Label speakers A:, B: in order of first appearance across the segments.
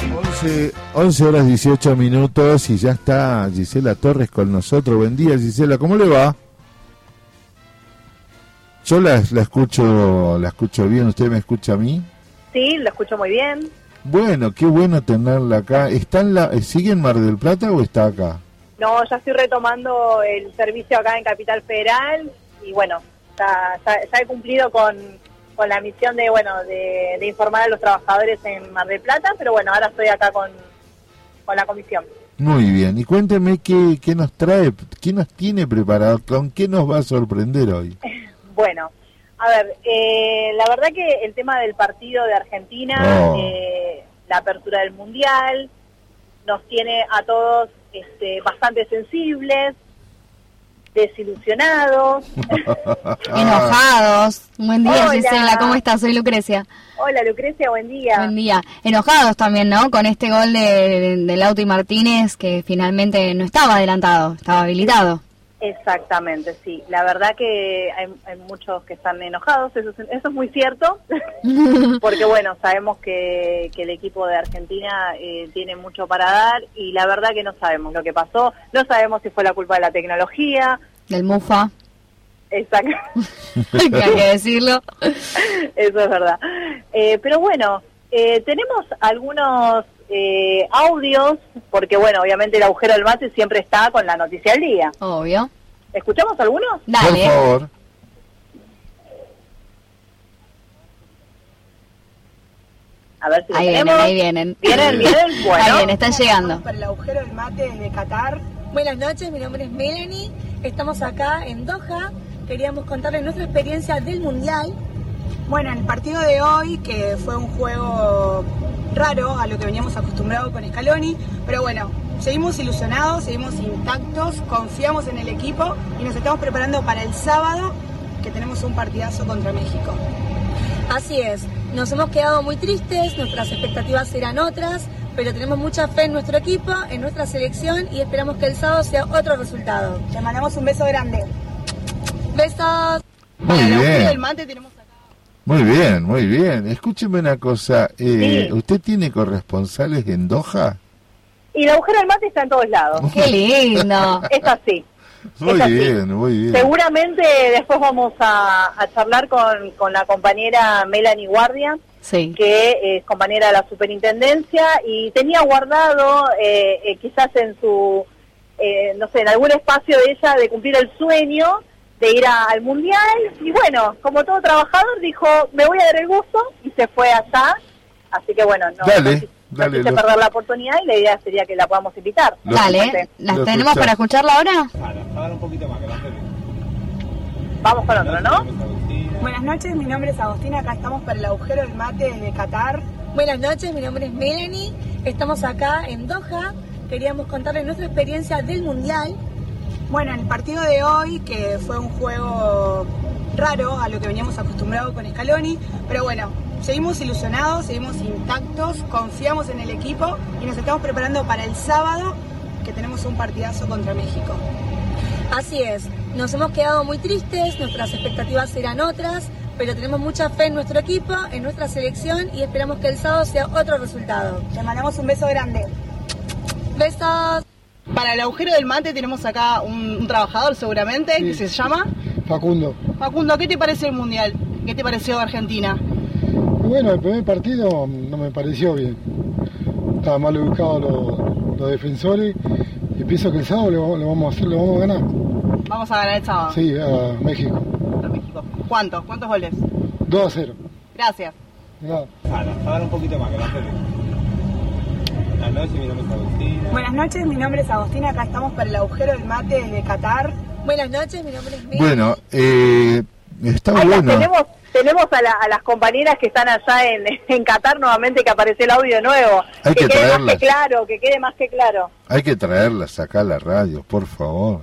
A: 11, 11 horas 18 minutos y ya está Gisela Torres con nosotros. Buen día, Gisela, ¿cómo le va? Yo la, la escucho, la escucho bien, ¿usted me escucha a mí?
B: Sí, lo escucho muy bien.
A: Bueno, qué bueno tenerla acá. ¿Está en la, ¿Sigue en Mar del Plata o está acá?
B: No, ya estoy retomando el servicio acá en Capital Federal y bueno, ya, ya- ya he cumplido con, con la misión de, bueno, de, de informar a los trabajadores en Mar del Plata, pero bueno, ahora estoy acá con, con la comisión.
A: Muy bien, y cuénteme qué, qué nos trae, qué nos tiene preparado, con qué nos va a sorprender hoy.
B: Bueno, a ver, eh, la verdad que el tema del partido de Argentina,
A: Oh.
B: eh, la apertura del Mundial, nos tiene a todos este, bastante sensibles, desilusionados.
A: Ah.
C: Enojados. Buen día,
B: Hola.
C: Gisela. ¿Cómo estás? Soy Lucrecia.
B: Hola Lucrecia, buen día.
C: Buen día. Enojados también, ¿no? Con este gol de, de, de Lauti Martínez que finalmente no estaba adelantado, estaba habilitado.
B: Exactamente, sí. La verdad que hay, hay muchos que están enojados, eso es, eso es muy cierto, porque bueno, sabemos que, que el equipo de Argentina eh, tiene mucho para dar y la verdad que no sabemos lo que pasó, no sabemos si fue la culpa de la tecnología,
C: Del Mufa,
B: exacto,
C: que hay que decirlo.
B: eso es verdad. Eh, pero bueno, eh, tenemos algunos eh, audios, porque bueno, obviamente el agujero del mate siempre está con la noticia del día.
C: Obvio.
B: ¿Escuchamos algunos?
A: Por
C: Dale.
A: favor.
B: A ver si lo
C: Ahí vienen,
B: tenemos.
C: ahí vienen.
B: Vienen, vienen, bueno.
C: Ahí vienen, están llegando.
D: Para el agujero del mate desde Qatar.
E: Buenas noches, mi nombre es Melanie. Estamos acá en Doha. Queríamos contarles nuestra experiencia del Mundial.
D: Bueno, en el partido de hoy, que fue un juego raro a lo que veníamos acostumbrados con Scaloni, pero bueno, seguimos ilusionados, seguimos intactos, confiamos en el equipo y nos estamos preparando para el sábado, que tenemos un partidazo contra México.
E: Así es, nos hemos quedado muy tristes, nuestras expectativas eran otras, pero tenemos mucha fe en nuestro equipo, en nuestra selección y esperamos que el sábado sea otro resultado.
D: Te mandamos un beso grande.
E: Besos.
A: Muy
D: Para el agujero del
A: bien,
D: mate tenemos acá.
A: muy bien, muy bien. Escúcheme una cosa, eh,
B: Sí.
A: ¿usted tiene corresponsales en Doha?
B: Y el agujero del mate está en todos lados.
C: Qué lindo.
B: Es así.
A: Muy
B: así.
A: bien, muy bien.
B: Seguramente después vamos a, a charlar con, con la compañera Melanie Guardia,
C: Sí.
B: que eh, es compañera de la superintendencia y tenía guardado eh, eh, quizás en su, eh, no sé, en algún espacio de ella de cumplir el sueño de ir a- al mundial. Y bueno, como todo trabajador dijo, me voy a dar el gusto y se fue allá. Así que bueno, no,
A: Dale,
B: no quis- no
A: dale,
B: quise
A: lo-
B: perder la oportunidad y la idea sería que la podamos invitar.
A: Lo-
C: Dale.
A: lo
C: ¿Las tenemos
A: escuchás.
C: para escucharla ahora?
B: Vamos con otro, ¿no?
D: Buenas noches, mi nombre es Agostina, acá estamos para el agujero del mate desde Qatar.
E: Buenas noches, mi nombre es Melanie. Estamos acá en Doha. Queríamos contarles nuestra experiencia del Mundial.
D: Bueno, en el partido de hoy, que fue un juego raro a lo que veníamos acostumbrados con Scaloni, pero bueno, seguimos ilusionados, seguimos intactos, confiamos en el equipo y nos estamos preparando para el sábado, que tenemos un partidazo contra México.
E: Así es, nos hemos quedado muy tristes, nuestras expectativas eran otras, pero tenemos mucha fe en nuestro equipo, en nuestra selección y esperamos que el sábado sea otro resultado.
D: Te mandamos un beso grande.
E: Besos.
D: Para el agujero del mate tenemos acá un, un trabajador seguramente, que se llama
F: Facundo.
D: Facundo. ¿Qué te parece el Mundial? ¿Qué te pareció Argentina?
F: Y bueno, el primer partido no me pareció bien. Estaban mal ubicados los, los defensores y pienso que el sábado lo, lo vamos a hacer, lo vamos a ganar.
D: Vamos a ganar el sábado
F: Sí, a México.
D: contra México. ¿Cuántos? ¿Cuántos goles?
F: 2 a 0.
D: Gracias.
F: Nada.
G: Ahora un poquito más, que la tele. Buenas noches, mi nombre es Agustín.
D: Buenas noches, mi nombre es Agostina, acá estamos para el agujero del mate desde Qatar.
E: Buenas noches, mi nombre es Mel.
A: Bueno, eh, está
B: Ahí las
A: bueno.
B: tenemos tenemos a, la- a las compañeras que están allá en, en Qatar nuevamente que apareció el audio de nuevo.
A: Hay que
B: quede más
A: traerlas.
B: que claro, que quede más que claro.
A: Hay que traerlas acá a la radio, por favor.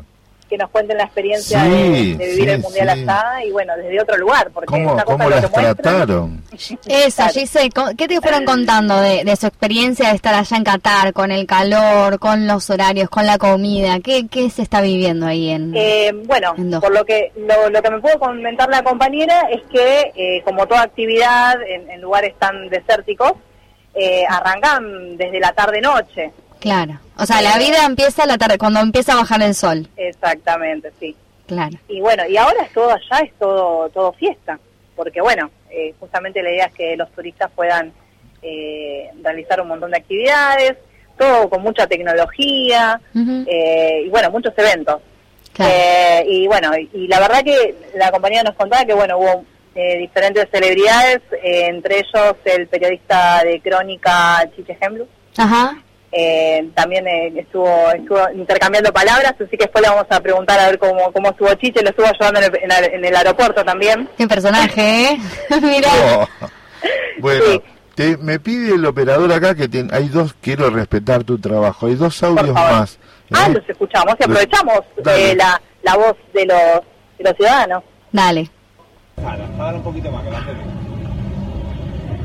B: Que nos cuenten la experiencia
A: Sí,
B: de, de vivir
A: sí,
B: el Mundial
A: sí.
B: allá y bueno, desde otro lugar. Porque
A: ¿Cómo,
B: una cosa
A: cómo
B: es lo que
A: las
B: muestran.
A: trataron?
C: Esa,
B: Claro.
C: Gise, ¿cómo- ¿qué te fueron contando de, de su experiencia de estar allá en Qatar, con el calor, con los horarios, con la comida? ¿Qué, qué se está viviendo ahí en...?
B: Eh, bueno,
C: En Doha.
B: por lo que lo, lo que me puedo comentar la compañera es que, eh, como toda actividad en, en lugares tan desérticos, eh, arrancan desde la tarde-noche.
C: Claro. O sea, la
B: eh,
C: vida empieza a la tarde, cuando empieza a bajar el sol.
B: Exactamente, sí.
C: Claro.
B: Y bueno, y ahora es todo allá, es todo, todo fiesta, porque bueno, eh, justamente la idea es que los turistas puedan eh, realizar un montón de actividades, todo con mucha tecnología
C: Ujú.
B: eh, y bueno, muchos eventos.
C: Claro.
B: Eh, y bueno, y, y la verdad que la compañía nos contaba que bueno, hubo eh, diferentes celebridades, eh, entre ellos el periodista de crónica Chiche Hemblum,
C: Ajá.
B: eh, también eh, estuvo, estuvo intercambiando palabras, así que después le vamos a preguntar a ver cómo, cómo estuvo Chiche, lo estuvo ayudando en el, en el- en el aeropuerto también.
C: Qué personaje, ¿eh? Mira.
A: Oh. Bueno,
B: Sí.
A: te- me pide el operador acá que ten- hay dos, quiero respetar tu trabajo, hay dos audios
B: favor.
A: más.
B: Ah,
A: ¿eh?
B: los escuchamos y aprovechamos
A: Dale.
B: eh, la, la voz de los, de los ciudadanos.
C: Dale.
G: Para, para un poquito más, que la tele.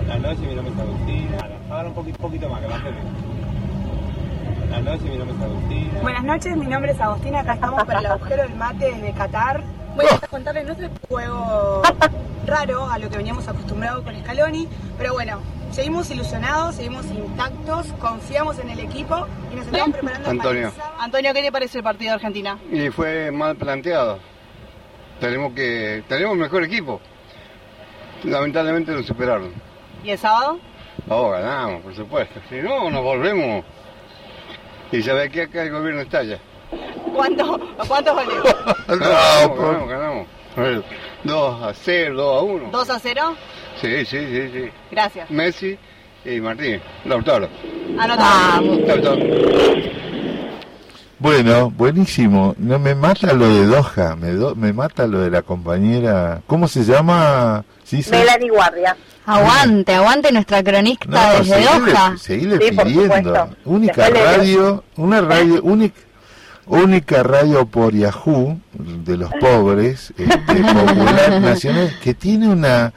G: La noche miramos a Agustina. Para, para un poquito, poquito más, que la tele. La noche miramos a Agustina.
D: Buenas noches, mi nombre es Agustina, acá estamos para el agujero del mate desde Qatar.
E: Voy
D: Oh.
E: a contarles nuestro
D: Juego raro a lo que veníamos acostumbrados con Scaloni, pero bueno, seguimos ilusionados, seguimos intactos, confiamos en el equipo y nos estamos preparando
H: Antonio.
D: para el sábado. Antonio, ¿qué te parece el partido de Argentina?
H: Y fue mal planteado. Tenemos que tenemos mejor equipo. Lamentablemente lo superaron.
D: ¿Y el sábado?
H: Ahora ganamos, por supuesto. Si no, nos volvemos. Y sabés que acá el gobierno está ya.
D: ¿Cuánto, ¿Cuántos goles?
H: Ganamos,
A: por-
H: ganamos, ganamos. A ver, 2 a 0, 2 a 1.
D: ¿2 a 0?
H: Sí, sí, sí, sí.
D: Gracias.
H: Messi y Martín. Lautaro.
C: Ah,
D: Anotamos.
H: Lautaro.
A: Bueno, buenísimo. No me mata lo de Doha, me, do- me mata lo de la compañera. ¿Cómo se llama? ¿Sí, sí?
B: Melanie Guardia.
C: Aguante, aguante nuestra cronista
A: No,
C: desde
A: seguile-
C: Doha.
A: seguile
B: Sí, por
A: pidiendo.
B: supuesto.
A: Única
B: Después le-
A: radio, una radio, única, única radio por Yahoo de los pobres, este, popular nacional, que tiene una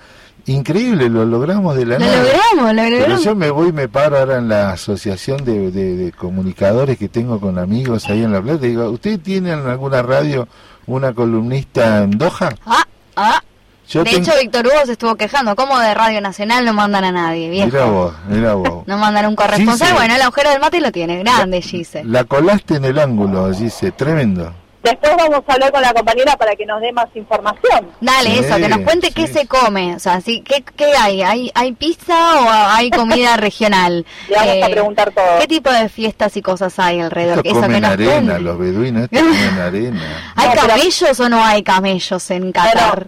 A: increíble, lo logramos de la
C: Lo
A: nada.
C: logramos, lo
A: Pero
C: logramos.
A: yo me voy y me paro ahora en la asociación de, de- de comunicadores que tengo con amigos ahí en La Plata. y Digo, ¿ustedes tienen en alguna radio una columnista en Doha?
C: Ah, ah.
A: Yo
C: de
A: tengo-
C: hecho, Víctor Hugo se estuvo quejando. ¿Cómo de Radio Nacional no mandan a nadie? Viejo.
A: Mirá vos, mirá vos.
C: No mandan un corresponsal.
A: Gise.
C: Bueno, el agujero del mate lo tiene. Grande, Gise.
A: La colaste en el ángulo, dice, tremendo.
B: Después vamos a hablar con la compañera para que nos dé más información.
C: Dale,
A: Sí,
C: eso, que nos cuente qué
A: sí,
C: se
A: sí.
C: come. O sea, sí, ¿qué, qué hay? hay? ¿Hay pizza o hay comida regional?
B: Le vamos a preguntar todo.
C: Eh, ¿Qué tipo de fiestas y cosas hay alrededor?
A: Estos
C: Eso que
A: comen
C: nos
A: arena,
C: cuente.
A: los beduinos, estos comen arena.
C: ¿Hay
B: No, pero-
C: camellos o no hay camellos en
B: Bueno,
C: Qatar?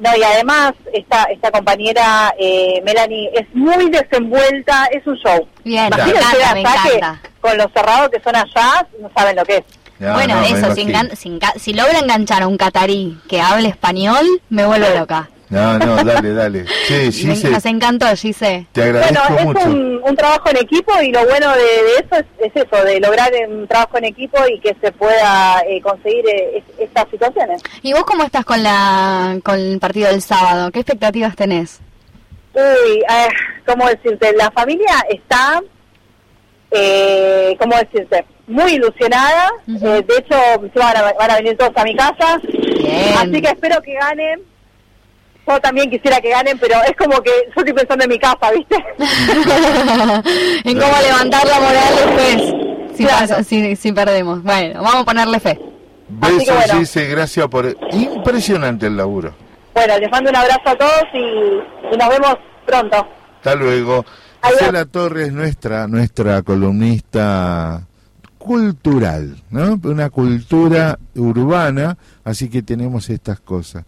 B: no, y además esta, esta compañera eh, Melanie es muy desenvuelta, es un show.
C: Bien, me
B: Imagínense
C: encanta, me
B: allá que
C: encanta.
B: con los cerrados que son allá, no saben lo que es.
A: Ya,
C: bueno,
A: Ah, no, me
C: eso, si,
A: imagino.
C: engan- si enga- si logra enganchar a un catarí que hable español, me vuelvo loca.
A: No, no, dale, dale. Sí, sí,
C: Me-
A: se-
C: Nos encantó, Gise.
A: te
B: Bueno,
A: agradezco
B: es
A: mucho.
B: un, un trabajo en equipo y lo bueno de, de eso es, es eso, de lograr un trabajo en equipo y que se pueda eh, conseguir eh, es- estas situaciones.
C: ¿Y vos cómo estás con, la, con el partido del sábado? ¿Qué expectativas tenés?
B: Uy, eh, ¿cómo decirte? La familia está, eh, ¿cómo decirte? Muy ilusionada.
C: Ujú.
B: Eh, de hecho, se van a, van a venir todos a mi casa.
C: Bien.
B: Así que espero que ganen. Yo también quisiera que ganen, pero es como que yo estoy pensando en mi casa, ¿viste?
C: en cómo levantar la moral después. Si,
B: Claro.
C: pasa- si, si perdemos. Bueno, vamos a ponerle fe.
B: así que
A: Besos,
B: bueno.
A: dice, gracias por... Impresionante el laburo.
B: Bueno, les mando un abrazo a todos y, y nos vemos pronto.
A: Hasta luego.
B: Adiós.
A: Gisela Torres, nuestra, nuestra columnista cultural, ¿no? Una cultura urbana, así que tenemos estas cosas.